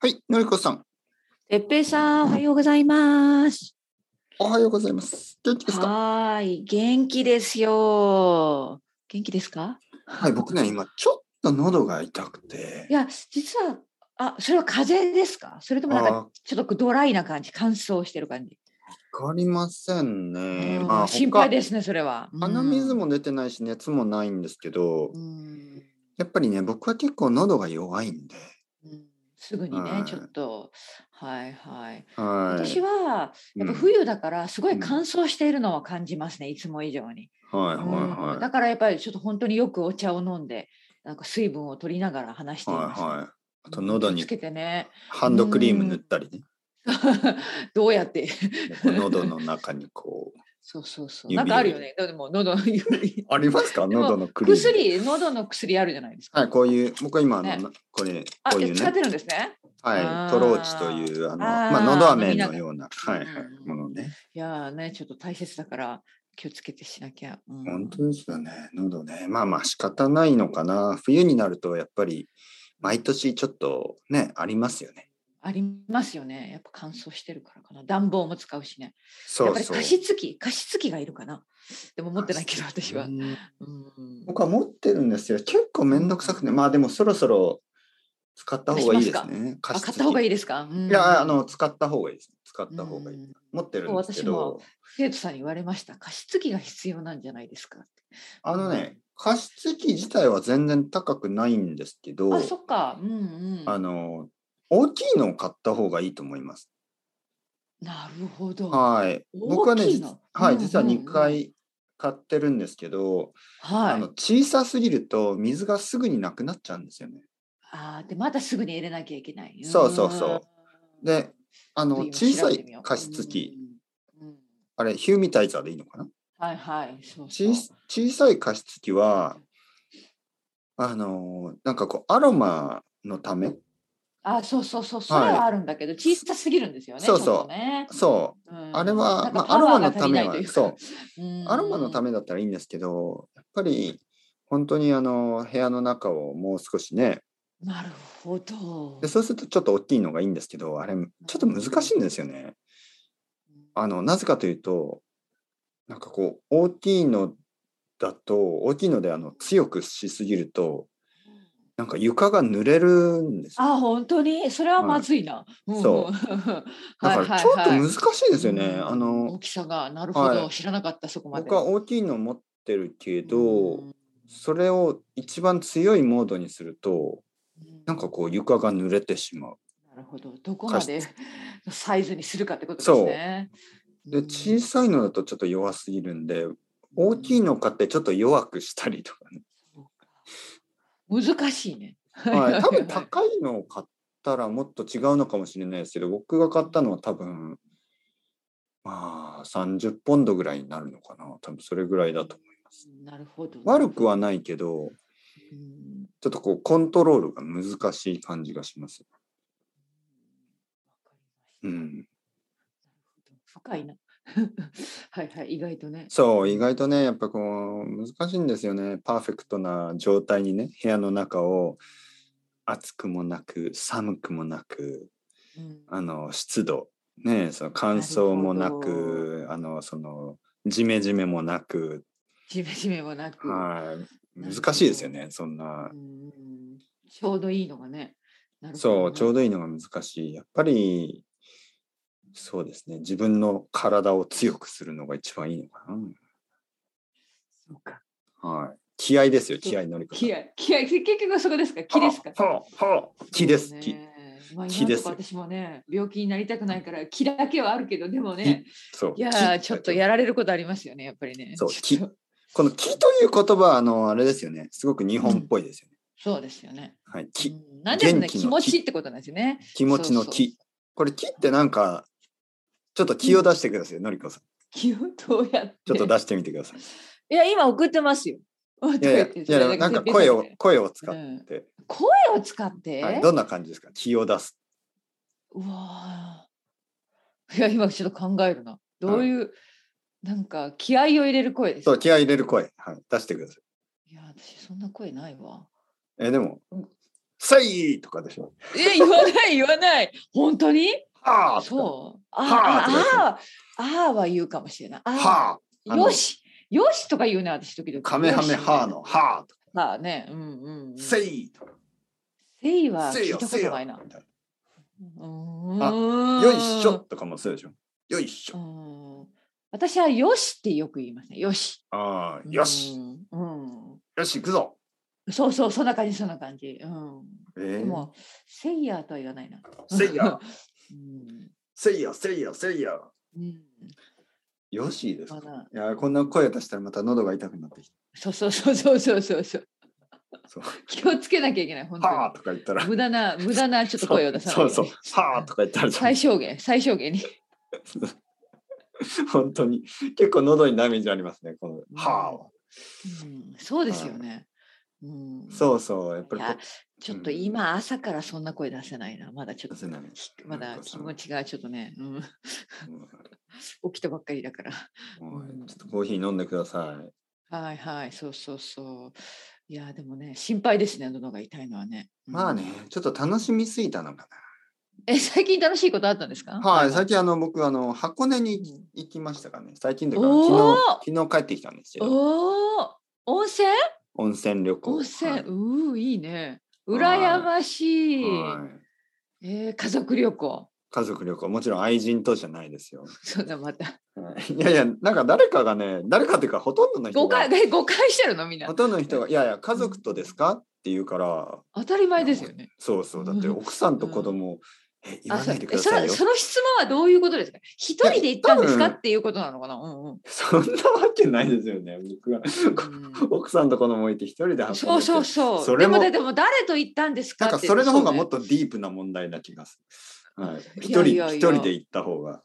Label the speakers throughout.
Speaker 1: はい、のりこさん、
Speaker 2: てっぺいさん、おはようございます。
Speaker 1: おはようございます。元気ですか
Speaker 2: はーい、元気ですよ。元気ですか
Speaker 1: はい、僕ね、今、ちょっと喉が痛くて
Speaker 2: い、や、実は、あ、それは風邪ですかそれともなん
Speaker 1: あー
Speaker 2: か、ちょっとドライな感じ、乾燥してる感じ。
Speaker 1: わかりませんね。
Speaker 2: うん
Speaker 1: まあ、。
Speaker 2: 心配ですすね、それは。うん
Speaker 1: 鼻水。も出てないし、熱もないんですけど
Speaker 2: う、ん
Speaker 1: やっぱりね、僕は結構喉が弱いんで、
Speaker 2: うんすぐに
Speaker 1: は
Speaker 2: ね
Speaker 1: い、
Speaker 2: ちょっと。はいはい。
Speaker 1: はい。
Speaker 2: 私は、やっぱ冬だから、すごい乾燥しているのは感じますね、いつも以上に。
Speaker 1: うん、はい
Speaker 2: うん
Speaker 1: はいは
Speaker 2: だからやっぱりちょっと本当によくお茶を飲んでなんか水分を取りながら話し
Speaker 1: い。
Speaker 2: ています、
Speaker 1: はいはい。あと、喉
Speaker 2: 気を
Speaker 1: に
Speaker 2: つけてね
Speaker 1: ハンドクリーム塗ったりね、
Speaker 2: どうやって
Speaker 1: こう喉の中にこう。
Speaker 2: そうそうそう
Speaker 1: 指
Speaker 2: な
Speaker 1: を
Speaker 2: んかあるよねでも喉の 指
Speaker 1: ありますか
Speaker 2: も
Speaker 1: 喉のクリーム。
Speaker 2: 薬喉の薬あるじゃないですか、
Speaker 1: はい、こういう、僕は今、あの
Speaker 2: ね
Speaker 1: なこれ、
Speaker 2: あ
Speaker 1: こういう
Speaker 2: 使っ
Speaker 1: ね
Speaker 2: て。るんですね
Speaker 1: は
Speaker 2: あ
Speaker 1: い、
Speaker 2: ー
Speaker 1: トローチという、あの、まあ、
Speaker 2: あー
Speaker 1: 喉飴のような、
Speaker 2: 飲
Speaker 1: はい、は
Speaker 2: みないがらうん、
Speaker 1: ものね。
Speaker 2: いやーねちょっと大切だから気をつけてしなきゃ、うん
Speaker 1: 本当ですよね、喉ね、まあまあ、仕方ないのかな。冬になると、やっぱり、毎年ちょっとね、ありますよね。
Speaker 2: ありますよねやっぱ乾燥してるからかな暖房も使うしね
Speaker 1: そ
Speaker 2: やっ
Speaker 1: う
Speaker 2: ぱり
Speaker 1: そう
Speaker 2: 加。湿器加湿器がいるかなでも持ってないけど私は
Speaker 1: う、ん
Speaker 2: うん
Speaker 1: 僕は持ってるんですよ。結構めんどくさくて、まあでも、そろそろ使った方がいいですね。
Speaker 2: あ買った方がいい
Speaker 1: い。
Speaker 2: ですか、うん
Speaker 1: いや、あの、使った方がいいです。使った方がいい。
Speaker 2: うん
Speaker 1: 持ってるんですけど、
Speaker 2: 生徒さんに言われました加湿器が必要なんじゃないですかって
Speaker 1: あのね、加湿器自体は全然高くないんですけど、
Speaker 2: あそっかうんうん
Speaker 1: あの大きいのを買った方がいいと思います。
Speaker 2: なるほど
Speaker 1: はい。僕はね、
Speaker 2: 大きいの
Speaker 1: はい、
Speaker 2: うんうんうん
Speaker 1: 実は2回買ってるんですけど、
Speaker 2: はい
Speaker 1: あの小さすぎると水がすぐになくなっちゃうんですよね。
Speaker 2: あーでまたすぐに入れなきゃいけない
Speaker 1: そうそうそう
Speaker 2: うん
Speaker 1: で、あの
Speaker 2: ちょ
Speaker 1: 小さ
Speaker 2: っと今調べてみ
Speaker 1: い
Speaker 2: よう
Speaker 1: 加湿器、
Speaker 2: うんうん
Speaker 1: あれヒューミタイザーでいいのかな？
Speaker 2: はいはいそうそう
Speaker 1: 小小さい加湿器はあのなんかこうアロマのため、
Speaker 2: あそうそうそうそれはあるんだけど、小さすぎるんですよね
Speaker 1: そうそう
Speaker 2: ちょっとね
Speaker 1: そうう、
Speaker 2: ん
Speaker 1: あれは、ま
Speaker 2: なんか
Speaker 1: あア
Speaker 2: パ
Speaker 1: ロマ
Speaker 2: ワーが
Speaker 1: の
Speaker 2: 足
Speaker 1: た
Speaker 2: りな
Speaker 1: め
Speaker 2: いと
Speaker 1: は、
Speaker 2: いうか
Speaker 1: そう、
Speaker 2: うん
Speaker 1: アロマのためだったらいいんですけど、やっぱり本当にあの部屋の中をもう少しね、
Speaker 2: なるほど
Speaker 1: でそうするとちょっと大きいのがいいんですけど、あれちょっと難しいんですよね。あのなぜかというと、なんかこう大きいのだと大きいのであの強くしすぎるとなんか床が濡れるんですよ。
Speaker 2: あ本当にそれはまずいな。んん
Speaker 1: そうだ
Speaker 2: はい
Speaker 1: か
Speaker 2: はいは
Speaker 1: ら
Speaker 2: い
Speaker 1: ちょっと難しいですよね。
Speaker 2: うん
Speaker 1: あの
Speaker 2: 大きさがなるほど、
Speaker 1: はい
Speaker 2: 知らなかったそこまで。
Speaker 1: 僕は大きいの持ってるけど、
Speaker 2: うん
Speaker 1: それを一番強いモードにするとなんかこう床が濡れてしまう。
Speaker 2: なるほどどこまで
Speaker 1: 加
Speaker 2: サイズにするかってことですね。
Speaker 1: で小
Speaker 2: さ
Speaker 1: さいのだとちょっと弱すぎるんで大きいの買ってちょっと弱くしたりとかね。
Speaker 2: 難しいね。
Speaker 1: はい、多分高いのを買ったらもっと違うのかもしれないですけど僕が買ったのは多分まあ30ポンドぐらいになるのかな多分それぐらいだと思います。
Speaker 2: なるほど。
Speaker 1: 悪くはないけど
Speaker 2: うん
Speaker 1: ちょっとこうコントロールが難しい感じがします。う
Speaker 2: わか
Speaker 1: ん、
Speaker 2: りました深いな。 はいはい意外とね。
Speaker 1: そう意外とねやっぱこう難しいんですよねパーフェクトな状態にね部屋の中を暑くもなく寒くもなく
Speaker 2: うん
Speaker 1: あの湿度ねその乾燥もな
Speaker 2: なる
Speaker 1: くあのそのジメジメもなく、
Speaker 2: じめじめもなく。
Speaker 1: はい、
Speaker 2: なるほど
Speaker 1: 難しいですよねそんな
Speaker 2: うんちょうどいいのがね。なるほ
Speaker 1: そうちょう
Speaker 2: ど
Speaker 1: どいいのが難しいやっぱりそうですね自分の体を強くするのが一番いいのか
Speaker 2: な。そうか
Speaker 1: な、はい、気合ですよ気合のり方
Speaker 2: 気合、気合、結局そこですか、気ですか。
Speaker 1: はあはあはあ気です、
Speaker 2: そう
Speaker 1: 気
Speaker 2: ね。まあ、
Speaker 1: 気
Speaker 2: 今の
Speaker 1: で
Speaker 2: と
Speaker 1: す
Speaker 2: こ私もね、病気になりたくないから、気だけはあるけど、でもね、
Speaker 1: そう
Speaker 2: いや
Speaker 1: 気
Speaker 2: ー、ちょっとやられることありますよね、やっぱりね。
Speaker 1: そう
Speaker 2: ちょっと
Speaker 1: この気という言葉はあのあれですよねすごく日本っぽいですよね、
Speaker 2: そうですよね。
Speaker 1: はい
Speaker 2: うん
Speaker 1: 気
Speaker 2: なんでもね、
Speaker 1: 元気の
Speaker 2: 気持
Speaker 1: 気
Speaker 2: ちってことなんですよね。
Speaker 1: 気持ちの
Speaker 2: そうそう
Speaker 1: 気これ気ってなんかちょっと気を出してください、のりこさん。
Speaker 2: 気をどうやって。
Speaker 1: ちょっと出してみてくだ さい。い
Speaker 2: いや、今送ってますよ。い
Speaker 1: やいや、いやいやなんか声を、声を使っ
Speaker 2: うん
Speaker 1: て、
Speaker 2: 声を使って。
Speaker 1: はい、どんな感じですか気を出す。
Speaker 2: うわーいや今ちょっと考えるなどういう、なんか気合を入れる声です
Speaker 1: そ
Speaker 2: か
Speaker 1: う、気合い入れる声、はい、出してください。
Speaker 2: いや私そんな声ないわ
Speaker 1: え、でも、せいとかでしょ。
Speaker 2: え、言わない、言わない。本当に
Speaker 1: はあ
Speaker 2: そう。あ
Speaker 1: はあ
Speaker 2: あ、ああ、ああは言うかもしれない。
Speaker 1: う
Speaker 2: あ
Speaker 1: はあ
Speaker 2: あ、
Speaker 1: あの
Speaker 2: よし、よしとか言うね、私時々。
Speaker 1: カメハメハーのはあとか
Speaker 2: よし。はあね、うんうんうん。
Speaker 1: せいとか。
Speaker 2: せいは
Speaker 1: せい
Speaker 2: 聞い
Speaker 1: よ
Speaker 2: たこ
Speaker 1: せい
Speaker 2: と
Speaker 1: よ
Speaker 2: ないな。
Speaker 1: みたいうあ
Speaker 2: ーん
Speaker 1: な。よいしょ。とかもそうでしょ。よいし
Speaker 2: う
Speaker 1: ょ。
Speaker 2: ん。私はよしってよく言いますね。よし。
Speaker 1: ああよし
Speaker 2: うん。うん。
Speaker 1: よし行くぞ。
Speaker 2: そうそう、そんな感じ、そんな感じ。うん。
Speaker 1: え
Speaker 2: で
Speaker 1: ー
Speaker 2: も、せいやとは言わないな。
Speaker 1: せいや
Speaker 2: うん。
Speaker 1: せいやせいやせいや。
Speaker 2: うん。
Speaker 1: よしです
Speaker 2: ま
Speaker 1: か。
Speaker 2: だ。
Speaker 1: いやこんな声を出したらまた喉が痛くなってき
Speaker 2: そうそうそうそうそうそうそう。
Speaker 1: た。そう
Speaker 2: 気をつけなきゃいけない、本当に。
Speaker 1: はあとか言ったら。
Speaker 2: 無駄な、無駄なちょっと声を出さないように。
Speaker 1: そうそう。はあとか言ったらちょ
Speaker 2: 最
Speaker 1: っ
Speaker 2: 小限、最小限に。
Speaker 1: と本当に結構喉にダメージありますね。このはあは。
Speaker 2: うん、そうですよね。うん、
Speaker 1: そうそうやっぱ
Speaker 2: い
Speaker 1: りこ
Speaker 2: や
Speaker 1: う。
Speaker 2: ちょっと今、朝からそんな声出せないな。まだちょっ
Speaker 1: 出せ
Speaker 2: と、
Speaker 1: ない
Speaker 2: まだ気持ちがちょっとね、うん、起きたばっかりだから。
Speaker 1: うんもうちょっとコーヒー飲んでください。
Speaker 2: はいはい、そうそうそう。いや、でもね、心配ですね、喉が痛いのはね。うん
Speaker 1: まあね。、ちょっと楽しみすぎたのか
Speaker 2: え、最近楽しいことあったんですか
Speaker 1: な。はい、
Speaker 2: 最
Speaker 1: 最近あの僕あの箱根に
Speaker 2: 近。
Speaker 1: 行きましたからね。最近という
Speaker 2: おー
Speaker 1: か昨日昨日帰ってきたんですけど、
Speaker 2: おお、温泉
Speaker 1: 温泉旅行。
Speaker 2: 温泉、
Speaker 1: はいう
Speaker 2: ーいいね。
Speaker 1: はい
Speaker 2: 羨ましい。
Speaker 1: はい
Speaker 2: えー家族旅行。
Speaker 1: 家族旅行もちろん愛人とじゃないですよ。
Speaker 2: そんなまた。
Speaker 1: はいいやいやなんか誰かがね誰かっていうかほとんどの人
Speaker 2: 誤
Speaker 1: が
Speaker 2: 解、え誤解してるのみんな
Speaker 1: ほ。とんどの人が「いやいや家族とですか?」って言うから
Speaker 2: 当たり前ですよね。
Speaker 1: そうそうだって
Speaker 2: うん
Speaker 1: 奥さんと子供、え言
Speaker 2: あ
Speaker 1: わ
Speaker 2: そ
Speaker 1: な
Speaker 2: う
Speaker 1: いでくだ
Speaker 2: そ
Speaker 1: さい
Speaker 2: の
Speaker 1: よ
Speaker 2: その質問はどういうことですか一人で行ったんですか
Speaker 1: 多分
Speaker 2: っていうことなのかなうんうん
Speaker 1: そんなわけないですよね僕は
Speaker 2: う
Speaker 1: 奥さんと子供いて一人で運ん
Speaker 2: ん。
Speaker 1: で
Speaker 2: そうそう
Speaker 1: て
Speaker 2: そう。
Speaker 1: それも
Speaker 2: でもだ、でも誰と行ったんですか
Speaker 1: な
Speaker 2: っ
Speaker 1: ん
Speaker 2: て。
Speaker 1: かそれの方が
Speaker 2: うね
Speaker 1: もっとディープな問題な気がする。はい、一人
Speaker 2: いやいやいや
Speaker 1: 一人で行った方が。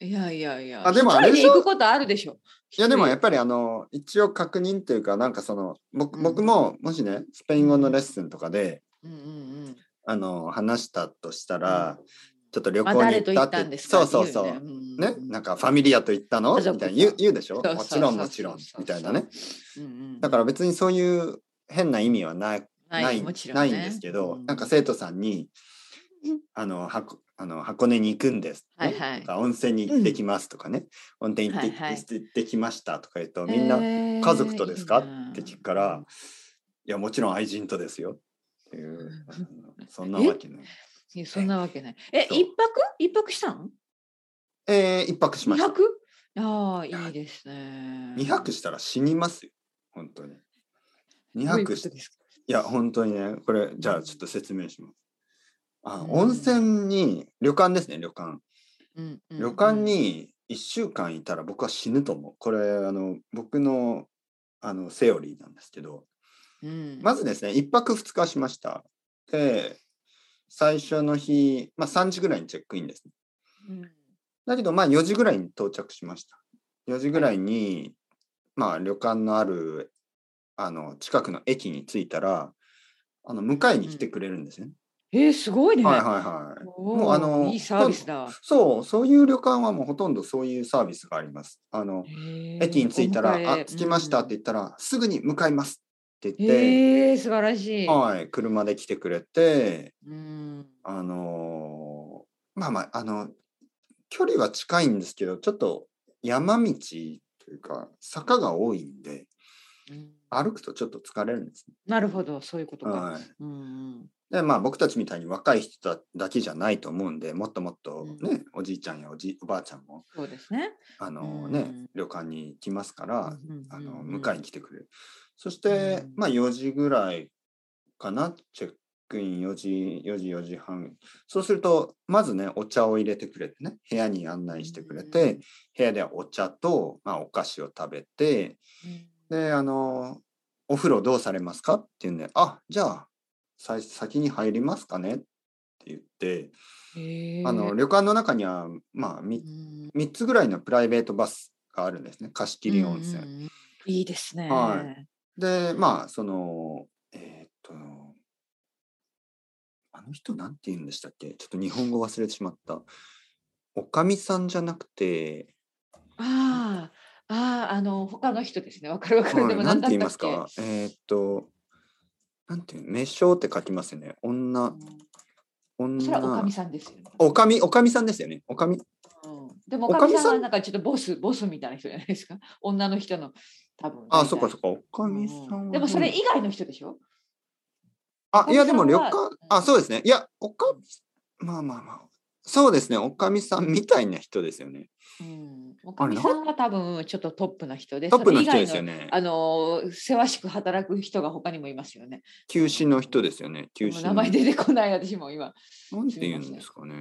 Speaker 2: いやいやいや。
Speaker 1: あでもあ
Speaker 2: 一
Speaker 1: れで
Speaker 2: 人で
Speaker 1: しょ
Speaker 2: 行くことあるでしょ。
Speaker 1: いやでもや
Speaker 2: 一
Speaker 1: っぱりあの一応確認というかなんかその僕
Speaker 2: うん
Speaker 1: 僕ももしねスペイン語のレッスンとかで
Speaker 2: 人でうんうんうん。
Speaker 1: あの話したとしたら、
Speaker 2: うん
Speaker 1: ちょっと旅
Speaker 2: ま
Speaker 1: 行
Speaker 2: あ、
Speaker 1: に
Speaker 2: 誰
Speaker 1: 行
Speaker 2: と
Speaker 1: った
Speaker 2: 行
Speaker 1: っ、
Speaker 2: ってたんです
Speaker 1: そ
Speaker 2: か
Speaker 1: うそうそう、
Speaker 2: ってい
Speaker 1: ね
Speaker 2: ねうん
Speaker 1: なんかファミリアと行ったの
Speaker 2: 家
Speaker 1: みた
Speaker 2: 族
Speaker 1: いな言う
Speaker 2: と
Speaker 1: 言うでしょ
Speaker 2: そう
Speaker 1: も
Speaker 2: そ
Speaker 1: ち
Speaker 2: う
Speaker 1: ろん
Speaker 2: そう
Speaker 1: もちろん
Speaker 2: そう
Speaker 1: みたいなね
Speaker 2: うんうん
Speaker 1: だから別にそういう変な意味はない
Speaker 2: はい
Speaker 1: ない,、
Speaker 2: もちろ
Speaker 1: なんい
Speaker 2: ね
Speaker 1: んですけど、
Speaker 2: う
Speaker 1: なんか生徒さんに「あの箱あの箱根に行くんですね」
Speaker 2: はいはい
Speaker 1: とか「温泉に行ってきます」とかね「温泉行って,、
Speaker 2: はいはい
Speaker 1: 行ってきました」とか言うとみんな「
Speaker 2: 家
Speaker 1: 家族とですか?」って聞くから「いやもちろん愛人とですよ」っていうあのそんなわけない。
Speaker 2: いやそんなわけない。え、
Speaker 1: そう
Speaker 2: 一泊一泊したの
Speaker 1: えー、一泊し
Speaker 2: 二
Speaker 1: ました。
Speaker 2: 泊ああ、いいですね。
Speaker 1: 2泊したら死にますよ本当に2泊し
Speaker 2: どういうこと
Speaker 1: て
Speaker 2: ですか
Speaker 1: いや本当にねこれじゃあちょっと説明しますあ
Speaker 2: うん
Speaker 1: 温泉に旅館ですね旅館
Speaker 2: うんうん
Speaker 1: 旅館に1週間いたら僕は死ぬと思うこれあの僕のあのセオリーなんですけど
Speaker 2: うん
Speaker 1: まずですね1泊2日しましたで最初の日、まあ、3時ぐらいにチェックインです
Speaker 2: うん
Speaker 1: だけどまあ4時ぐらいに到着しました。4時ぐらいに、まあ旅館のあるあの近くの駅に着いたらあの迎えに来てくれるんですね。
Speaker 2: えー、すごいね。
Speaker 1: はいはいはい。
Speaker 2: も
Speaker 1: うあの
Speaker 2: いいサービスだ。
Speaker 1: そうそういう旅館はもうほとんどそういうサービスがあります。あの駅
Speaker 2: 駅
Speaker 1: に着いたら「あ着きました」って言ったら、すぐに向かいます」って言って、
Speaker 2: えー、素晴らしい。
Speaker 1: はい、車で来てくれて
Speaker 2: うん
Speaker 1: あのーまあまああの距離は近いんですけどちょっと山道というか坂が多いんで
Speaker 2: うん
Speaker 1: 歩くとちょっと疲れるんですね。
Speaker 2: なるほど、そういうことか。
Speaker 1: はい
Speaker 2: うん
Speaker 1: でまあ、僕たちみたいに若い人だだけじゃないと思うんでもっともっとね、おじいちゃんやおじおばあちゃんも、
Speaker 2: そうですね。
Speaker 1: あの
Speaker 2: うん
Speaker 1: ね旅館に来ますから、あの迎えに
Speaker 2: に。
Speaker 1: 来てくれる。そして、
Speaker 2: うん
Speaker 1: まあ4時ぐらいかな、チェックイン4時、4時、4時半。そうすると、まずね、お茶を入れてくれてね、部屋に案内してくれて、
Speaker 2: うん
Speaker 1: 部屋ではお茶と、まあ、お菓子を食べて、
Speaker 2: うん
Speaker 1: で、あの、お風呂どうされますかっていうんで、あじゃあさ、先に入りますかねって言って、
Speaker 2: へー
Speaker 1: あの旅館の中には、まあ
Speaker 2: う
Speaker 1: 3、
Speaker 2: ん
Speaker 1: 三つぐらいのプライベートバスがあるんですね、貸し切り温泉。
Speaker 2: うんうんうんいいですね。
Speaker 1: はでまあそのえーっとあの人なんて言うんでしたっけちょっと日本語忘れてしまったおかみさんじゃなくて
Speaker 2: ああ、ああ、あの他の人ですね。わかるわか
Speaker 1: は
Speaker 2: る。
Speaker 1: い
Speaker 2: でも
Speaker 1: な
Speaker 2: 何
Speaker 1: ん
Speaker 2: だ
Speaker 1: て
Speaker 2: っ
Speaker 1: 言い
Speaker 2: た
Speaker 1: ま
Speaker 2: っ
Speaker 1: す
Speaker 2: け
Speaker 1: かえーっとなんていうの、名称って書きますよね。女、
Speaker 2: うん、
Speaker 1: 女。
Speaker 2: それはおかみさんですよね。
Speaker 1: おかみ、おかみさんですよね。おかみ。
Speaker 2: うんでもお
Speaker 1: お
Speaker 2: か
Speaker 1: か
Speaker 2: み
Speaker 1: み
Speaker 2: さん
Speaker 1: さ
Speaker 2: は
Speaker 1: ん
Speaker 2: なんかちょっとボス、ボスみたいな人じゃないですか。女の人の多分。
Speaker 1: あ、そっかそっか。おかみさんは、
Speaker 2: うんでもそれ以外の人でしょ
Speaker 1: あ、いや、でも、旅
Speaker 2: おかみさんは
Speaker 1: 館、あ、そうですね。いや、おかみ、まあまあまあ。そうですね。おかみさんみたいな人ですよね。
Speaker 2: うん。おかみさんは多分ちょっとトップな人で、
Speaker 1: トップの人
Speaker 2: それ以
Speaker 1: で
Speaker 2: 外
Speaker 1: すよね。
Speaker 2: あのー、せわしく働く人が他にもいますよね。
Speaker 1: 休止の人ですよね。休
Speaker 2: もう
Speaker 1: 止
Speaker 2: 名前出てこない私も今。
Speaker 1: なんて言うんですかね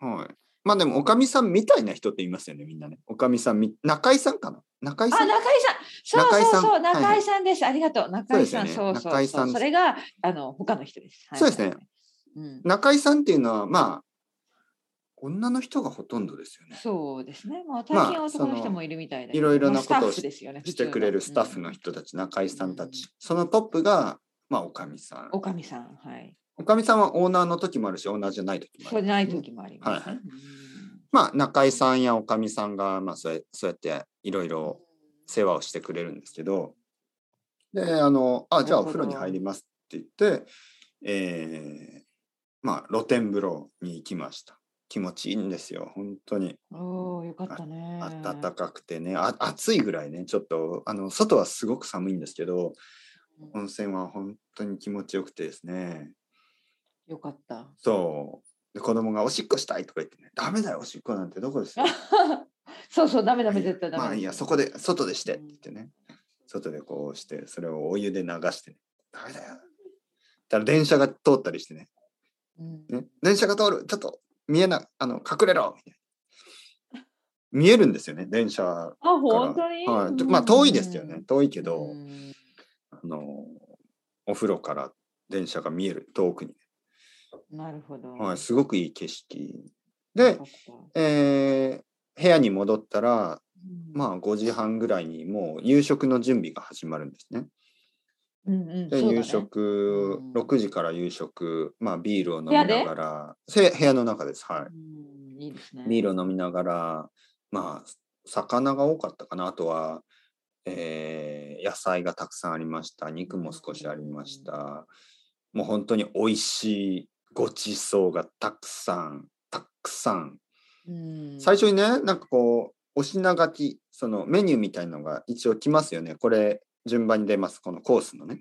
Speaker 2: う。ん
Speaker 1: はい。まあでも、おかみさんみたいな人って言いますよね、みんなね。おかみさんみ、中井さんかな中井
Speaker 2: あ、
Speaker 1: さん。
Speaker 2: 中井さん。そう
Speaker 1: 中井
Speaker 2: そ
Speaker 1: さ
Speaker 2: うんそう、
Speaker 1: はいはい
Speaker 2: 中井さんです。ありがとう。中井さん、
Speaker 1: そうです
Speaker 2: そ
Speaker 1: よ
Speaker 2: う
Speaker 1: ね
Speaker 2: そう
Speaker 1: 中井
Speaker 2: そ
Speaker 1: さ
Speaker 2: うんそれが、あの、他の人です。はい
Speaker 1: そうですね。
Speaker 2: うん、
Speaker 1: 中井さんっていうのは、まあ、女の人がほとんどですよね。
Speaker 2: そうですね。まあ、
Speaker 1: まあ
Speaker 2: 最近は男の
Speaker 1: そ
Speaker 2: 人
Speaker 1: の
Speaker 2: もいるみたいだ
Speaker 1: いろいろなことを
Speaker 2: まあスタッフですよね。
Speaker 1: してくれるスタッフの
Speaker 2: 人。
Speaker 1: 人たち、中井さんた
Speaker 2: う
Speaker 1: ち。そのトップが、まあ、おかみさん
Speaker 2: うん。おかみさん、はい。
Speaker 1: おかみさんはオーナーの時もあるし、オーナーじゃない時もあ
Speaker 2: そう
Speaker 1: る。
Speaker 2: でない時もありますね。
Speaker 1: はいまあ、中井さんやおかみさんが、まあ、そうやそうやっていろいろ世話をしてくれるんですけど、で、あの、あ、じゃあお風呂に入りますって言って、えーまあ、露天風呂に行きました。気持ちいいんですよ、本当に。
Speaker 2: うんおお、よかったね。
Speaker 1: 暖かくてね、あ暑いぐらいね、ちょっと、あの、外はすごく寒いんですけど、
Speaker 2: う
Speaker 1: 温
Speaker 2: ん
Speaker 1: 泉は本当に気持ちよくてですね、
Speaker 2: よかった。
Speaker 1: そう。で子供がおしっこしたいとか言ってね、ダメだよ、おしっこなんてどこですよ。
Speaker 2: そうそう、ダメダメ、
Speaker 1: いや
Speaker 2: 絶対ダメ。
Speaker 1: まあいいや、そこで、外でしてって言って
Speaker 2: う
Speaker 1: ね
Speaker 2: ん。。
Speaker 1: 外でこうして、それをお湯で流して、ね、ダメだよ。たら電車が通ったりしてね。
Speaker 2: うん
Speaker 1: ね電車が通る、ちょっと見えな、あの、隠れろみたいな。見えるんですよね、電車か
Speaker 2: あ、
Speaker 1: ら。
Speaker 2: 本当に、
Speaker 1: はいちょ
Speaker 2: うん
Speaker 1: まあ遠いですよね。。遠いけど、
Speaker 2: うん
Speaker 1: あの、お風呂から電車が見える、遠くに。
Speaker 2: なるほど。
Speaker 1: はい、すごくいい景色。で
Speaker 2: よか、った
Speaker 1: えー部屋に戻ったら、
Speaker 2: うん
Speaker 1: まあ5時半ぐらいにもう夕食の準備が始まるんですね。
Speaker 2: うんうん
Speaker 1: で、
Speaker 2: そうだね
Speaker 1: 夕食、
Speaker 2: うん
Speaker 1: 6時から夕食、まあビールを飲み
Speaker 2: 部屋
Speaker 1: な
Speaker 2: で
Speaker 1: がら、せ部屋の中です、は
Speaker 2: うんいいですね。
Speaker 1: い。ビールを飲みながら、まあ、魚が多かったかな。あとは、えー野菜がたくさんありました。肉も少しありました。もう本当に美味しいごちそうがたくさん、たくさん
Speaker 2: うん
Speaker 1: 最初にねなんかこうお品書きそのメニューみたいのが一応来ますよねこれ順番に出ますこのコースのね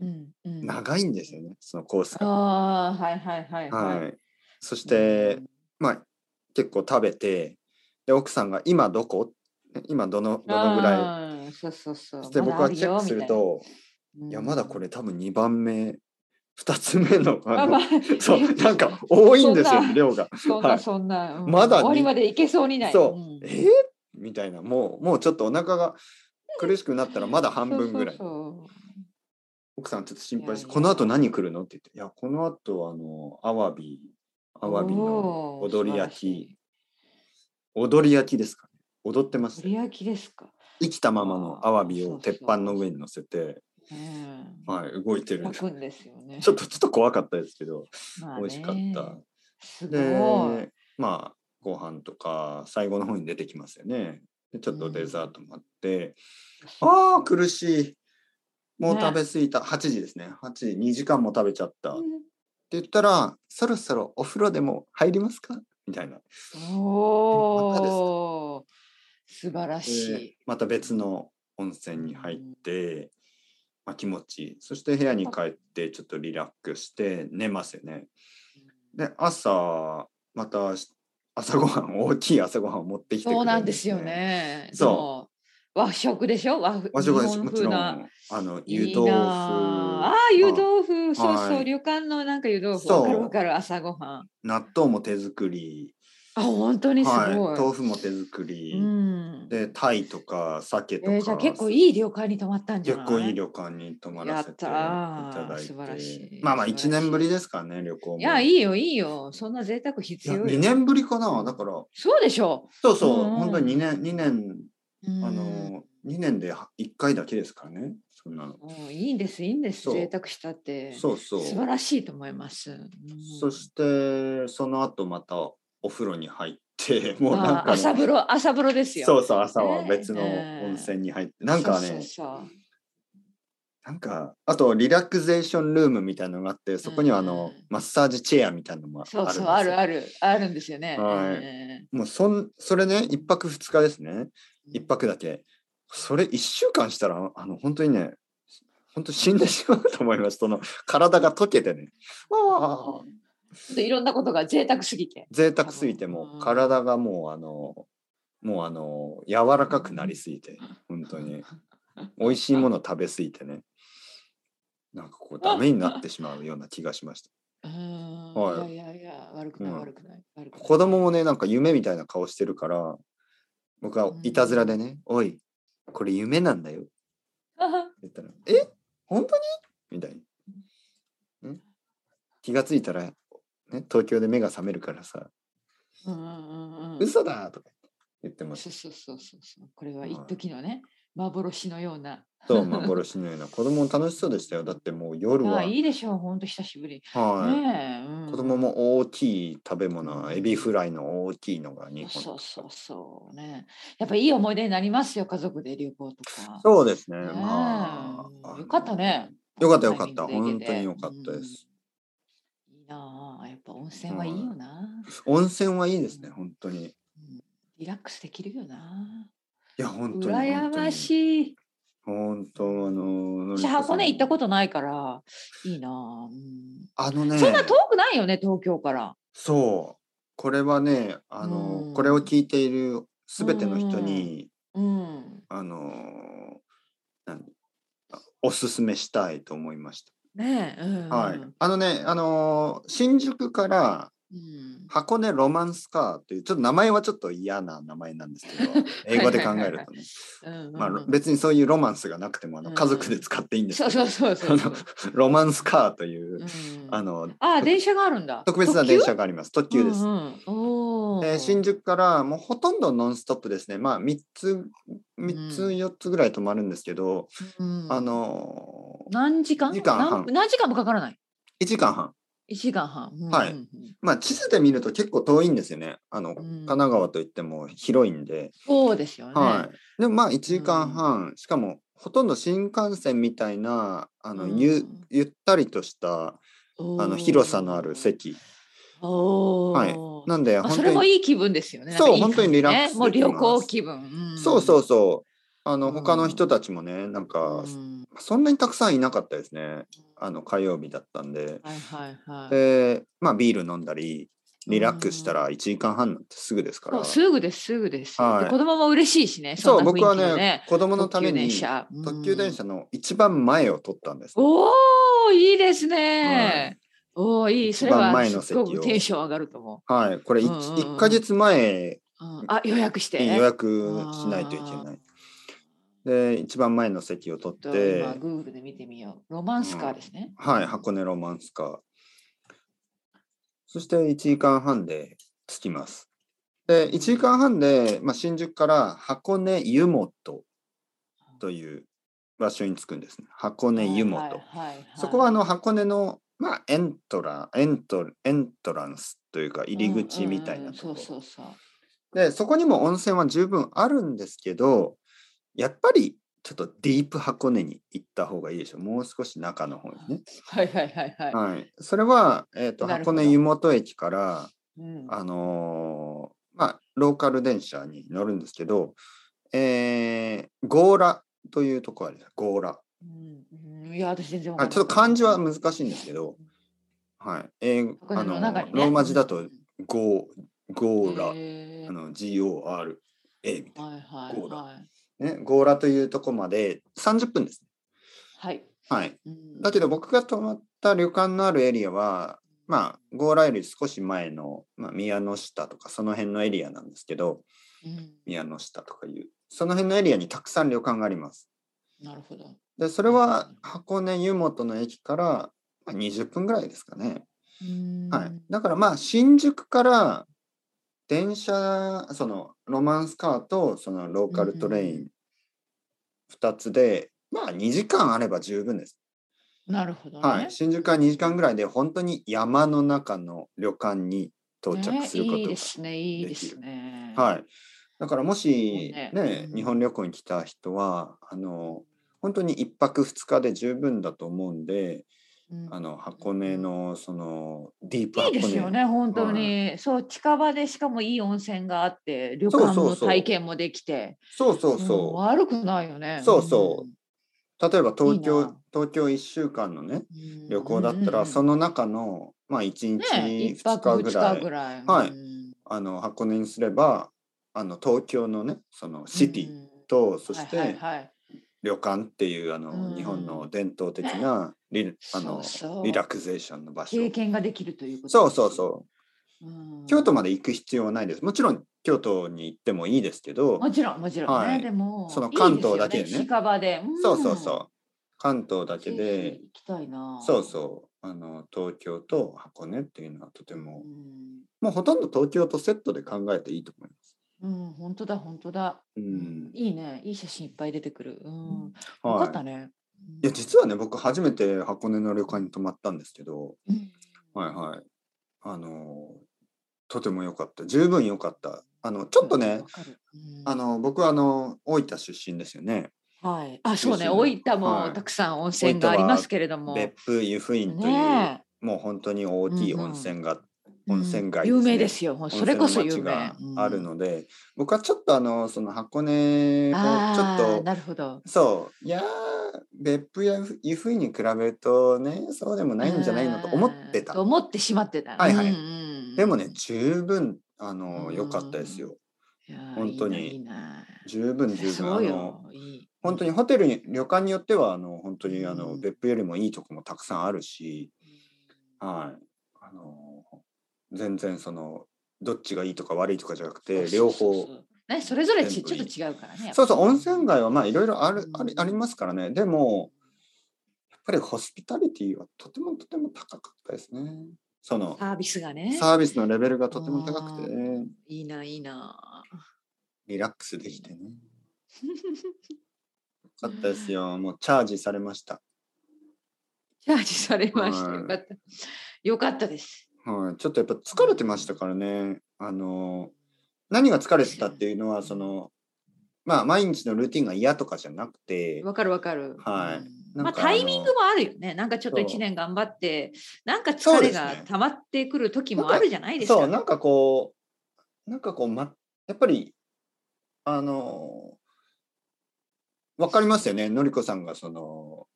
Speaker 2: うんうん
Speaker 1: 長いんですよねそのコースが、
Speaker 2: ああ、はいはいはい。
Speaker 1: はいい、そして、まあ結構食べてで奥さんが「今どこ?ね」今どのどのぐら
Speaker 2: い。そうそう
Speaker 1: いそ
Speaker 2: そ。
Speaker 1: うして僕がチェックすると「
Speaker 2: ま
Speaker 1: い
Speaker 2: だあよ、
Speaker 1: やまだ
Speaker 2: れ。
Speaker 1: これ多分2番目2つ目のあ
Speaker 2: あ
Speaker 1: の
Speaker 2: まあ
Speaker 1: そうなんか多いんですよ
Speaker 2: そんな
Speaker 1: ね量が。
Speaker 2: そん
Speaker 1: は
Speaker 2: な、
Speaker 1: い
Speaker 2: そんな。うん
Speaker 1: まだに
Speaker 2: 終わりまでいけそうにない。
Speaker 1: そう、
Speaker 2: ん
Speaker 1: えーみたいなもうもうちょっとお腹が苦しくなったらまだ半分ぐらい
Speaker 2: そうそう
Speaker 1: 奥さんちょっと心配して「
Speaker 2: いやいや
Speaker 1: この後何来るの?」って言って「いやこの後あのアワビア
Speaker 2: そう
Speaker 1: ワビの
Speaker 2: おー
Speaker 1: 踊り焼
Speaker 2: 素晴らし
Speaker 1: き踊り焼きですかね踊ってま
Speaker 2: い
Speaker 1: す
Speaker 2: 照り焼きですか。
Speaker 1: 生きたままのアワビを
Speaker 2: そうそう
Speaker 1: 鉄板の上に乗せて、
Speaker 2: うん。
Speaker 1: はい、動いてる
Speaker 2: 焼くんですよね。
Speaker 1: ちょっとちょっと怖かったですけど
Speaker 2: まあね
Speaker 1: 美味しかった。
Speaker 2: すごい。
Speaker 1: でまあご飯とか最後の方に出てきますよねでちょっとデザートもあって、ああ、苦しい。もう
Speaker 2: ね
Speaker 1: 食べ過ぎた。8時ですね。8時、2時間も食べちゃった。っ
Speaker 2: う
Speaker 1: て言
Speaker 2: ん
Speaker 1: ったら、そろそろお風呂でも入りますかみたいな。またですか
Speaker 2: おお、素晴らしい
Speaker 1: で。また別の温泉に入って、まあ、気持ちいい。そして部屋に帰って、ちょっとリラックスして寝ますよね。で、朝、またし朝ごはん、大きい朝ごはんを持ってきてくれる
Speaker 2: そうなんですよ。ね。
Speaker 1: そう
Speaker 2: う。和食でしょ和風
Speaker 1: 和食です。
Speaker 2: 日
Speaker 1: も
Speaker 2: 本
Speaker 1: ちろん、
Speaker 2: 風な。
Speaker 1: あの、
Speaker 2: い
Speaker 1: 湯
Speaker 2: い
Speaker 1: 豆腐。
Speaker 2: なあああ、湯豆腐。そうそう、
Speaker 1: はい
Speaker 2: 旅館のなんか湯豆腐。
Speaker 1: そう
Speaker 2: わかるわかる、朝ごはん。
Speaker 1: 納豆も手作り。
Speaker 2: あ、本当にすごい。
Speaker 1: はい、豆腐も手作り、
Speaker 2: うん。
Speaker 1: でタイとか鮭と
Speaker 2: え
Speaker 1: か、
Speaker 2: ー、じゃあ結構いい旅館に泊まったんじゃ
Speaker 1: 結
Speaker 2: ない
Speaker 1: 構いい旅館に泊まらせていた
Speaker 2: やったー
Speaker 1: だいて
Speaker 2: 素晴らしい
Speaker 1: まあまあ
Speaker 2: 素晴らしい
Speaker 1: 1年ぶりですからね旅行も
Speaker 2: いや、いいよ、いいよ。そんな贅沢
Speaker 1: い
Speaker 2: 必
Speaker 1: や
Speaker 2: 要よ。
Speaker 1: 2年ぶりかなだから
Speaker 2: そうでしょ
Speaker 1: そうそう、
Speaker 2: うんうん
Speaker 1: 本当に2年2年
Speaker 2: う。うん
Speaker 1: あの2年で1回だけですからねそんなの
Speaker 2: もういいんです、いいんです。
Speaker 1: そう
Speaker 2: 贅沢したって。
Speaker 1: そうそう
Speaker 2: 素晴らしいと思います。うん
Speaker 1: そしてその後またお風呂に入ってもうなん
Speaker 2: あー
Speaker 1: か
Speaker 2: 朝
Speaker 1: ね
Speaker 2: 風呂朝風呂ですよ。
Speaker 1: そうそう朝は別の温泉に入って、なんかね、
Speaker 2: そうそうそう
Speaker 1: なんか、あと、リラクゼーションルームみたいなのがあって、そこにはあの、
Speaker 2: うん
Speaker 1: マッサージチェアみたいなのもあるんです
Speaker 2: そ
Speaker 1: よ。
Speaker 2: うそう、あるある、あるんですよね。
Speaker 1: はい
Speaker 2: い。
Speaker 1: もうそん、それね、一泊二日ですね。一
Speaker 2: うん
Speaker 1: 泊だけ。それ一週間したら、あの、本当にね、本当死んでしまうと思います。その、体が溶けてね。ああ、
Speaker 2: ちょっといろんなことが贅沢すぎて。
Speaker 1: 贅沢すぎても
Speaker 2: うん
Speaker 1: う体がもうあのもうあの柔らかくなりすぎて本当に美味しいもの食べすぎてねなんかこうダメになってしまうような気がしました
Speaker 2: うん
Speaker 1: はい
Speaker 2: いやいやいや、悪くない、
Speaker 1: うん
Speaker 2: 悪くない、悪くない。
Speaker 1: 子供もねなんか夢みたいな顔してるから僕はいたずらでね「おいこれ夢なんだよ」って言ったら「え本当に?」みたいな、ね、気がついたら、ね、東京で目が覚めるからさ
Speaker 2: うんうんう
Speaker 1: 「
Speaker 2: んうん。
Speaker 1: 嘘だ!」とか言ってました
Speaker 2: そうそうそうそうそう。これは一時のね、幻のような。
Speaker 1: そう、幻のような。子供も楽しそうでしたよ。だってもう夜
Speaker 2: あ
Speaker 1: は、
Speaker 2: あいいでしょう、本当久しぶり。
Speaker 1: は
Speaker 2: ねえ、う
Speaker 1: い、
Speaker 2: ん
Speaker 1: 子供。も大きい食べ物は、エビフライの大きいのが2本。
Speaker 2: そうそうそうね。やっぱいい思い出になりますよ、家族で旅行とか。
Speaker 1: そうですね。
Speaker 2: ねえ
Speaker 1: まあ、
Speaker 2: よかったね。
Speaker 1: よかったよかった
Speaker 2: タイミングで行けて
Speaker 1: 本当によかったです。
Speaker 2: うんいいなあ、やっぱ温泉はいいよな。
Speaker 1: あの。温泉はいいですね、本当に。い
Speaker 2: リラックスできるよな。
Speaker 1: や、本当に。
Speaker 2: 羨ましい。
Speaker 1: 本当に。本当、あの、
Speaker 2: 私箱根行った
Speaker 1: と
Speaker 2: ことないから、いいなあ、うん
Speaker 1: あのね、
Speaker 2: そんな遠くないよね、東京から。
Speaker 1: そう。これはね、あの、
Speaker 2: うん
Speaker 1: これを聞いているすべての人に、
Speaker 2: うん。
Speaker 1: あの、何あおすすめしたいと思いました。
Speaker 2: ねえ。うん、
Speaker 1: は
Speaker 2: う
Speaker 1: い
Speaker 2: ん、
Speaker 1: あのね、あのー新宿から箱根ロマンスカーというちょっと名前はちょっと嫌な名前なんですけど 英語で考えるとね、
Speaker 2: うん。
Speaker 1: まあ、
Speaker 2: うん
Speaker 1: ろ別にそういうロマンスがなくてもあの
Speaker 2: うん
Speaker 1: 家族で使っていいんです
Speaker 2: そう
Speaker 1: けど、
Speaker 2: そうそうそうそう。
Speaker 1: ロマンスカーという、
Speaker 2: うん
Speaker 1: あの
Speaker 2: あ、電車があるんだ。
Speaker 1: 特別な電車があります特
Speaker 2: 特急
Speaker 1: 急です、
Speaker 2: うんうんおー
Speaker 1: えー新宿からもうほとんどノンストップですねまあ3つ3つ
Speaker 2: うん
Speaker 1: 4つぐらい止まるんですけど、
Speaker 2: うん
Speaker 1: あの
Speaker 2: 何時間
Speaker 1: 時間半
Speaker 2: 何何時間もかからない。
Speaker 1: 1時間半
Speaker 2: 1時間半。うん
Speaker 1: はい
Speaker 2: うんうん
Speaker 1: まあ地図で見ると結構遠いんですよねあの、
Speaker 2: ん
Speaker 1: 神奈川といっても広いんで、
Speaker 2: そうですよね。
Speaker 1: はい、でもまあ1時間半、しかもほとんど新幹線みたいなあの、
Speaker 2: う
Speaker 1: ゆ
Speaker 2: ん
Speaker 1: ゆったりとしたあの広さのある席
Speaker 2: おー
Speaker 1: はいなんで
Speaker 2: まあ、
Speaker 1: 本
Speaker 2: そ
Speaker 1: 当
Speaker 2: れも
Speaker 1: に、
Speaker 2: いい気分ですよね。
Speaker 1: そう
Speaker 2: なんかい
Speaker 1: 本当に
Speaker 2: い感じ
Speaker 1: リラックスできます
Speaker 2: もう旅行気分。ん
Speaker 1: そうそうそうあの
Speaker 2: うん
Speaker 1: 他の人たちもねなんか、
Speaker 2: うん
Speaker 1: そんなにたくさんいなかったですねあの火曜日だったんで、
Speaker 2: はいはいはい。
Speaker 1: でまあビール飲んだりリラックスしたら1時間半なんてすぐですから、
Speaker 2: そうすぐですすぐです、
Speaker 1: はい
Speaker 2: で子供も嬉しいしね。
Speaker 1: そ
Speaker 2: ん
Speaker 1: う
Speaker 2: な
Speaker 1: 僕は
Speaker 2: 雰囲気の
Speaker 1: ね子供のために
Speaker 2: 特急電車。うん
Speaker 1: 特急電車の一番前を取ったんです。
Speaker 2: おおいいですね。おおいいそれ
Speaker 1: 一番
Speaker 2: は
Speaker 1: 前の
Speaker 2: す
Speaker 1: 席を
Speaker 2: ごくテンション上がると思
Speaker 1: はい、これ
Speaker 2: うんうんうん
Speaker 1: 1, 一ヶ月前
Speaker 2: う。うん、あ予約して。
Speaker 1: に予約しないといけない。で一番前の席を取っ
Speaker 2: ちょっと
Speaker 1: て
Speaker 2: 今、Google で見てみよう。ロマンスカーですね。
Speaker 1: はい、箱根ロマンスカー。そして1時間半で着きます。で1時間半で、まあ、新宿から箱根湯本という場所に着くんですね。箱根湯本。
Speaker 2: はいはいはいい
Speaker 1: そこはあの箱根の、まあ、エントラエントエントランスというか入り口みたい
Speaker 2: うんうん
Speaker 1: な
Speaker 2: う
Speaker 1: んところ、
Speaker 2: そうそうそう。
Speaker 1: でそこにも温泉は十分あるんですけどやっぱりちょっとディープ箱根に行った方がいいでしょうもう少し中の方にね。
Speaker 2: はいはいはいはい。
Speaker 1: はい、それは、えー、と
Speaker 2: なる
Speaker 1: 箱
Speaker 2: ほど
Speaker 1: 根湯本駅から、
Speaker 2: うん
Speaker 1: あのーまあ、ローカル電車に乗るんですけど、えー、強羅というところです強羅
Speaker 2: うんうんいや、私全然わか
Speaker 1: あ
Speaker 2: んない
Speaker 1: ちょっと漢字は難しいんですけど、はいえー
Speaker 2: 箱
Speaker 1: あ
Speaker 2: 根
Speaker 1: の
Speaker 2: の中にね、
Speaker 1: ローマ字だ
Speaker 2: う
Speaker 1: と
Speaker 2: ん
Speaker 1: ゴーゴーラ、
Speaker 2: へー
Speaker 1: あの GORA みたい
Speaker 2: はいはい
Speaker 1: ゴーラ
Speaker 2: はい。
Speaker 1: なねゴーラというとこまで30分です。
Speaker 2: はい。
Speaker 1: はい。
Speaker 2: うん
Speaker 1: だけど僕が泊まった旅館のあるエリアは、まあ、ゴーラより少し前の、まあ、宮の下とかその辺のエリアなんですけど、
Speaker 2: うん
Speaker 1: 宮の下とかいう、その辺のエリアにたくさん旅館があります。
Speaker 2: なるほど。
Speaker 1: で、それは箱根湯本の駅からまあ20分ぐらいですかね。はい、だからまあ新宿から電車そのロマンスカーとそのローカルトレイ
Speaker 2: うんうん
Speaker 1: ン2つで、まあ2時間あれば十分です、
Speaker 2: い。なるほどね。
Speaker 1: はい、新宿から2時間ぐらいで本当に山の中の旅館に到着すること
Speaker 2: ねい
Speaker 1: が、
Speaker 2: いですね、いいですね。
Speaker 1: はい、だからもし
Speaker 2: そうね
Speaker 1: ね
Speaker 2: うん
Speaker 1: 日本旅行に来た人はあの本当に1泊2日で十分だと思うんで、
Speaker 2: うん
Speaker 1: あの箱根のそのディープ
Speaker 2: いい
Speaker 1: 箱根
Speaker 2: ですよね、本当に、そう、近場でしかもいい温泉があって、旅
Speaker 1: そ
Speaker 2: 館
Speaker 1: うそ
Speaker 2: の
Speaker 1: うそう
Speaker 2: 体験もできて、
Speaker 1: そうそうそう、
Speaker 2: うん悪くないよね。
Speaker 1: そうそ例えば東京
Speaker 2: いいな
Speaker 1: 東京1週間のね
Speaker 2: うん、
Speaker 1: 旅行だったら、そ
Speaker 2: の
Speaker 1: の中のまあ1
Speaker 2: ね、
Speaker 1: 日
Speaker 2: 一
Speaker 1: 2
Speaker 2: 泊
Speaker 1: 日ぐ
Speaker 2: 二
Speaker 1: ら
Speaker 2: 日
Speaker 1: い,、
Speaker 2: ぐらい。
Speaker 1: はい
Speaker 2: うん
Speaker 1: あの箱根にすればあの東京のねそのシティと、そして、
Speaker 2: はいはいはい
Speaker 1: 旅館っていうあの、
Speaker 2: うん
Speaker 1: 日本の伝統的なリあの
Speaker 2: そうそう
Speaker 1: リラクゼーションの場所
Speaker 2: 経験ができるということ、
Speaker 1: そうそうそう
Speaker 2: うん
Speaker 1: う京都まで行く必要はないですもちろん京都に行ってもいいですけど
Speaker 2: もちろんもちろんね、
Speaker 1: はい
Speaker 2: でも
Speaker 1: その関東だけでね
Speaker 2: いいすよ近場で、ん
Speaker 1: そうそうそう関東だけ
Speaker 2: ぜ
Speaker 1: で
Speaker 2: ひ行きたいな
Speaker 1: そうそうあの東京と箱根っていうのはとても
Speaker 2: ん
Speaker 1: もうほとんど東京とセットで考えていいと思います。
Speaker 2: うん、本当だ本当だ、
Speaker 1: う
Speaker 2: うんいいねいい写真いっぱい出てくる、うん、よか
Speaker 1: は
Speaker 2: った
Speaker 1: い、
Speaker 2: ね
Speaker 1: いや実はね僕初めて箱根の旅館に泊まったんですけど、
Speaker 2: うん
Speaker 1: はいはい。あのとても良かった。十分良かった。あのちょっとね
Speaker 2: わ、かるうん
Speaker 1: あの僕はあの大分出身ですよね。
Speaker 2: はいあそうね
Speaker 1: 九州
Speaker 2: 大分
Speaker 1: は
Speaker 2: も
Speaker 1: い
Speaker 2: たくさん温泉がありますけれども、
Speaker 1: 別府湯布院という、
Speaker 2: ね
Speaker 1: もう本当に大きい
Speaker 2: うんうん
Speaker 1: 温泉が、
Speaker 2: え
Speaker 1: 温泉街ですね
Speaker 2: 有名ですよもうそれこそ有
Speaker 1: 温泉
Speaker 2: 名
Speaker 1: の街がある
Speaker 2: うん
Speaker 1: ので、僕はちょっとあのその箱根をちょ
Speaker 2: あー
Speaker 1: っと
Speaker 2: なるほど
Speaker 1: そういやー別府や湯布院に比べるとねそうでもないんじゃないのと思って
Speaker 2: う
Speaker 1: た
Speaker 2: んと。思ってしまってた。
Speaker 1: はいはい
Speaker 2: うんうん
Speaker 1: でもね十分あの良かったですよ。
Speaker 2: いやー
Speaker 1: 本当に
Speaker 2: いいな
Speaker 1: 十分
Speaker 2: いいな
Speaker 1: 十分
Speaker 2: そ
Speaker 1: あ
Speaker 2: う
Speaker 1: の
Speaker 2: よ。いい
Speaker 1: 本当に。ホテルに旅館によってはあの本当にあ
Speaker 2: う
Speaker 1: の
Speaker 2: ん
Speaker 1: 別府よりもいいとこもたくさんあるし、はい、あの全然そのどっちがいいとか悪いとかじゃなくて
Speaker 2: そう
Speaker 1: 両
Speaker 2: そうそう
Speaker 1: 方
Speaker 2: そう。ねそれぞれちち
Speaker 1: 全部
Speaker 2: ょっ
Speaker 1: いい
Speaker 2: と違うからね。
Speaker 1: そうそう温泉街
Speaker 2: は
Speaker 1: はまあいろいろあるあり
Speaker 2: うん
Speaker 1: ありますからねでもやっぱりホスピタリティはとてもとても高かったですねその
Speaker 2: サービスがね。
Speaker 1: サービスのレベルがとても高くて
Speaker 2: うんいいないいな。
Speaker 1: リラックスできてね よかったですよもうチャージされました、
Speaker 2: チャージされました。
Speaker 1: はい
Speaker 2: よかった。よかったです。
Speaker 1: はい、ちょっとやっぱ疲れてましたからねあの何が疲れてたっていうのはそのまあ毎日のルーティンが嫌とかじゃなくて
Speaker 2: わかるわかる。
Speaker 1: はい
Speaker 2: うん
Speaker 1: な
Speaker 2: まあ
Speaker 1: んか
Speaker 2: タイミングもあるよね。なんかちょっと
Speaker 1: そう
Speaker 2: 一年頑張って、なんか
Speaker 1: そ
Speaker 2: 疲
Speaker 1: うで
Speaker 2: れ
Speaker 1: すね
Speaker 2: が溜まってくる時もあるじゃないですか。
Speaker 1: そうなんかこうなんかこう、ま、やっぱりあのわかりますよねのりこさんがその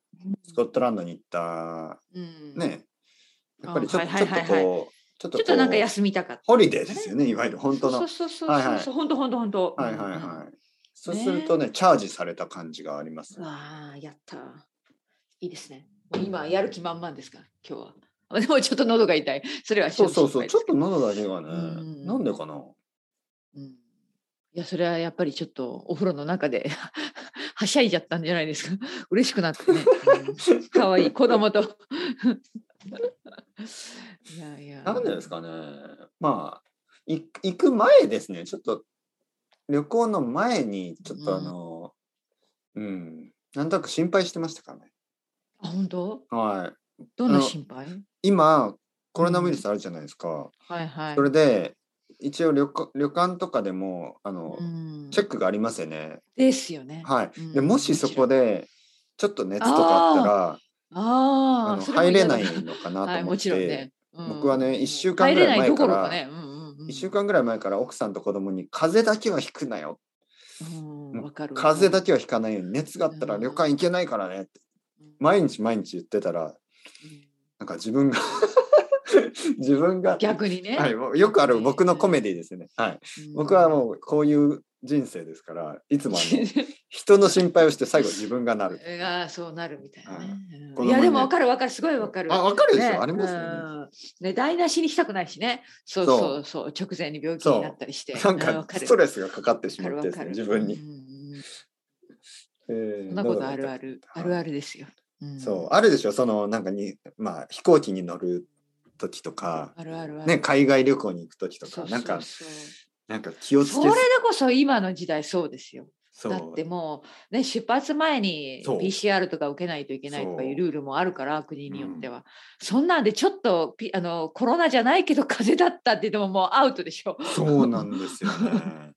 Speaker 1: スコットランドに行った
Speaker 2: うん
Speaker 1: ねやっぱりちょ,、
Speaker 2: あは
Speaker 1: ち
Speaker 2: い
Speaker 1: ょ
Speaker 2: はい
Speaker 1: っと
Speaker 2: はい
Speaker 1: こうちょっと
Speaker 2: ちょ
Speaker 1: こう
Speaker 2: っとなんか休みたかった。
Speaker 1: ホリデーですよねいわゆる本当の
Speaker 2: そうそうそうそう。
Speaker 1: はいはい
Speaker 2: そう本当本当本当。
Speaker 1: はいはい
Speaker 2: うんうん
Speaker 1: はいそうするとねチャージされた感じがあります
Speaker 2: うわあ、やったー。いいですね。もう今やる気満々ですか、今日は。あでもちょっと喉が痛い。それは
Speaker 1: そうそうそう、ちょっと
Speaker 2: 喉。
Speaker 1: 喉だけがね
Speaker 2: うん、
Speaker 1: なんでかな。
Speaker 2: うんいや、それはやっぱりちょっとお風呂の中で はしゃいじゃったんじゃないですか。 嬉しくなってね。うんかわいい子供と。 いやいや。
Speaker 1: なんでですかね。まあ、い行く前ですね、ちょっと旅行の前に、ちょっとあの、うん、なんとなく心配してましたからね。
Speaker 2: あ、本当
Speaker 1: は
Speaker 2: どんな心配
Speaker 1: い。今、コロナウイルスあるじゃないですか。
Speaker 2: はいはい。
Speaker 1: それで、一応旅行旅館とかでも、あの、
Speaker 2: うん
Speaker 1: チェックがありますよね。
Speaker 2: ですよね。
Speaker 1: はい。
Speaker 2: うん
Speaker 1: でもしそこで、ちょっと熱とかあったら、
Speaker 2: あ
Speaker 1: あ
Speaker 2: あ
Speaker 1: の
Speaker 2: それも
Speaker 1: 入
Speaker 2: 嫌
Speaker 1: れ
Speaker 2: だ
Speaker 1: ないのかなと思って。
Speaker 2: はい、もちろんね。うん
Speaker 1: 僕はね一週間ぐらい前から
Speaker 2: 入れないどころかね。うんうんうん、
Speaker 1: 1週間ぐらい前から奥さんと子供に風邪だけはひくなよ
Speaker 2: うん
Speaker 1: もう
Speaker 2: わかるわかる
Speaker 1: 風邪だけはひかないように熱があったら
Speaker 2: うん
Speaker 1: 旅館行けないからねって
Speaker 2: うん
Speaker 1: 毎日毎日言ってたらなんか自 分が自分が、
Speaker 2: 逆にね、
Speaker 1: はい、もうよくある僕のコメディですね、はい、僕は
Speaker 2: う
Speaker 1: もうこういう人生ですからい つ
Speaker 2: ん
Speaker 1: もあの人の心配をして最後自分がなる
Speaker 2: うんああそうなるみたいな
Speaker 1: は、
Speaker 2: ねうん
Speaker 1: 子供
Speaker 2: い
Speaker 1: にね
Speaker 2: やでもわかるわかるすごいわかる
Speaker 1: あわかるでしょありますよね
Speaker 2: うんね台無しにしたくないしねそう
Speaker 1: そう
Speaker 2: そうそう直前に病気になったりして
Speaker 1: なん
Speaker 2: う
Speaker 1: か
Speaker 2: わる
Speaker 1: ストレスがかかってしま
Speaker 2: わ
Speaker 1: っ
Speaker 2: か
Speaker 1: てで
Speaker 2: る
Speaker 1: す
Speaker 2: わか
Speaker 1: ね自分
Speaker 2: るう
Speaker 1: に、
Speaker 2: んうん
Speaker 1: え
Speaker 2: そ
Speaker 1: ー
Speaker 2: んなことある
Speaker 1: 喉
Speaker 2: あ
Speaker 1: が
Speaker 2: る
Speaker 1: 痛い
Speaker 2: あるあるですよ、ん
Speaker 1: そうあるでしょそのなんかにまあ飛行機に乗る時とか
Speaker 2: あるあるある
Speaker 1: ね、海外旅行に行く時と
Speaker 2: そ
Speaker 1: か
Speaker 2: う
Speaker 1: なんか
Speaker 2: そうそう
Speaker 1: なんか気をつ
Speaker 2: そ
Speaker 1: け
Speaker 2: れでこそ今の時代そうですよ。
Speaker 1: そう
Speaker 2: だってもう、ね、出発前に
Speaker 1: そう
Speaker 2: PCR とか受けないといけないとかい
Speaker 1: そう
Speaker 2: うルールもあるから国によっては、そんなんでちょっとピあの コロナじゃないけど風邪だったって言ってももうアウトでしょ。
Speaker 1: そうなんですよね。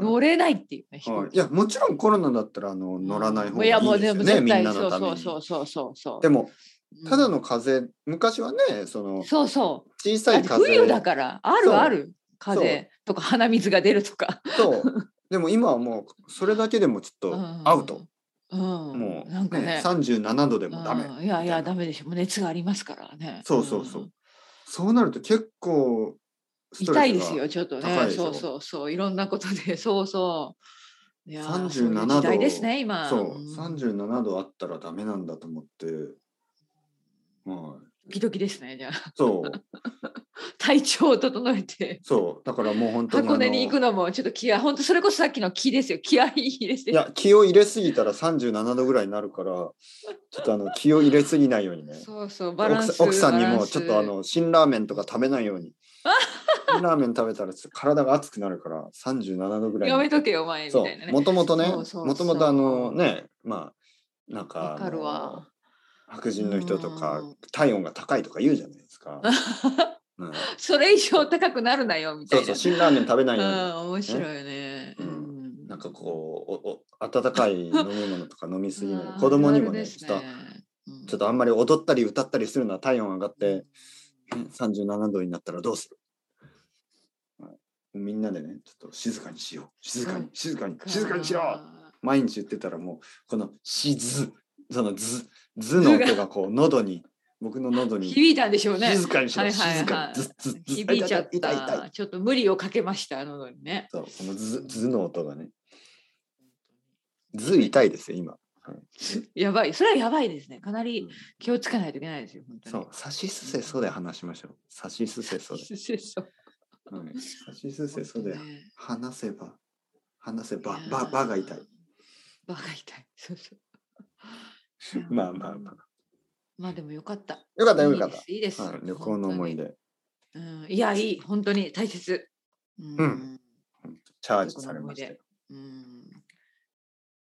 Speaker 2: 乗れないっていうね。飛
Speaker 1: は
Speaker 2: 行
Speaker 1: い、
Speaker 2: 機
Speaker 1: いやもちろんコロナだったらあの乗らない方がい
Speaker 2: やも
Speaker 1: いうです
Speaker 2: で
Speaker 1: よ
Speaker 2: も
Speaker 1: ね
Speaker 2: 絶
Speaker 1: みん
Speaker 2: 対
Speaker 1: な
Speaker 2: そ
Speaker 1: の
Speaker 2: う
Speaker 1: ため
Speaker 2: そう
Speaker 1: に
Speaker 2: そうそうそうそう。
Speaker 1: でも
Speaker 2: うん
Speaker 1: ただの風邪昔はねその
Speaker 2: そうそう。
Speaker 1: 小
Speaker 2: だ
Speaker 1: さ
Speaker 2: っ
Speaker 1: い
Speaker 2: て
Speaker 1: 風邪
Speaker 2: 冬だからあ
Speaker 1: そう
Speaker 2: るある風邪とか鼻水が出るとか。
Speaker 1: そうでも今はもうそれだけでもちょっとアウト、
Speaker 2: うん。
Speaker 1: もう、
Speaker 2: なんかね。
Speaker 1: 37度でもダメ、
Speaker 2: うんいやいやダメでしょ。もう熱がありますからね。
Speaker 1: そうそうそうそうなると結構ストレスが
Speaker 2: 痛いですよちょっと
Speaker 1: 高い
Speaker 2: ね
Speaker 1: でしょ
Speaker 2: そうそうそういろんなことで そうそういやー
Speaker 1: 37
Speaker 2: そういう時代ですね今
Speaker 1: そう
Speaker 2: うん
Speaker 1: 37度あったらダメなんだと思って、は
Speaker 2: ドキドキですねじゃあ
Speaker 1: い、そう
Speaker 2: 体調を整えて
Speaker 1: そうだからもう本当にあの
Speaker 2: 箱根に行くのもちょっと気合本当それこそさっきの気ですよ気合い入れて
Speaker 1: いや気を入れすぎたら37度ぐらいになるからちょっとあの気を入れすぎないようにね
Speaker 2: そうそうバラ
Speaker 1: 奥
Speaker 2: ンス
Speaker 1: さん奥さんに
Speaker 2: バラ
Speaker 1: も
Speaker 2: ンス
Speaker 1: ちょっとあの辛ラーメンとか食べない ように辛ラーメン食べたらちょっと体が熱くなるから37度ぐらいに
Speaker 2: やめとけよお前み
Speaker 1: そ
Speaker 2: たいな
Speaker 1: う
Speaker 2: ね
Speaker 1: もともとね
Speaker 2: そうそうそう
Speaker 1: もともとあのねまあなんか
Speaker 2: わかるわ
Speaker 1: あの白人の人とか
Speaker 2: うん
Speaker 1: 体温が高いとか言うじゃないです か、うん
Speaker 2: それ以上高くなるなよみた
Speaker 1: そう
Speaker 2: い
Speaker 1: そ
Speaker 2: な
Speaker 1: う辛ラーメン食べないように
Speaker 2: うん面白いね
Speaker 1: うん
Speaker 2: うん
Speaker 1: なんかこうおお温かい飲み物とか飲みすぎない
Speaker 2: うん
Speaker 1: 子供にも
Speaker 2: あるある
Speaker 1: ね
Speaker 2: です
Speaker 1: ちょっと
Speaker 2: うん
Speaker 1: ちょっとあんまり踊ったり歌ったりするのは体温上がってね37度になったらどうするはいみんなでねちょっと静かにしよう静かに静かに静かにしよう毎日言ってたらもうこの「しず」その「ず」「ず」の音がこう喉に僕の喉に
Speaker 2: 響いたんでしょうね。
Speaker 1: 静かにしろ、
Speaker 2: はいはいはい
Speaker 1: 静かにずっずっずっ
Speaker 2: 響いちゃっ
Speaker 1: 痛い痛い痛い痛
Speaker 2: た。
Speaker 1: い
Speaker 2: ちょっと無理をかけました、喉にね。
Speaker 1: そうこのず「ず」の音がね「ず」痛いですよ今、
Speaker 2: やばい、それはやばいですね。かな
Speaker 1: う
Speaker 2: り
Speaker 1: ん
Speaker 2: 気をつけないといけないですよ。本当に
Speaker 1: そう「さしすせそ」で話しましょう「さしすせそで」
Speaker 2: そう
Speaker 1: はい、さしすせそ
Speaker 2: 本
Speaker 1: で
Speaker 2: 当ね
Speaker 1: 話せば話せば
Speaker 2: いやー
Speaker 1: ばばが痛い。
Speaker 2: バが痛い。そうそう。いや
Speaker 1: まあまあまあ。
Speaker 2: まあでもよかった。
Speaker 1: よかったよかった
Speaker 2: いいです。いい
Speaker 1: は
Speaker 2: です
Speaker 1: い、旅行の思い。
Speaker 2: 本
Speaker 1: 出
Speaker 2: 当にうんいや、いい。本当に大切。う
Speaker 1: うん。チャージされましたよ
Speaker 2: うん